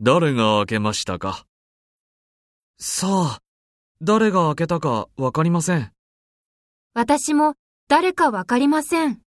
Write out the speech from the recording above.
誰が開けましたかさあ、誰が開けたかわかりません。私も誰かわかりません。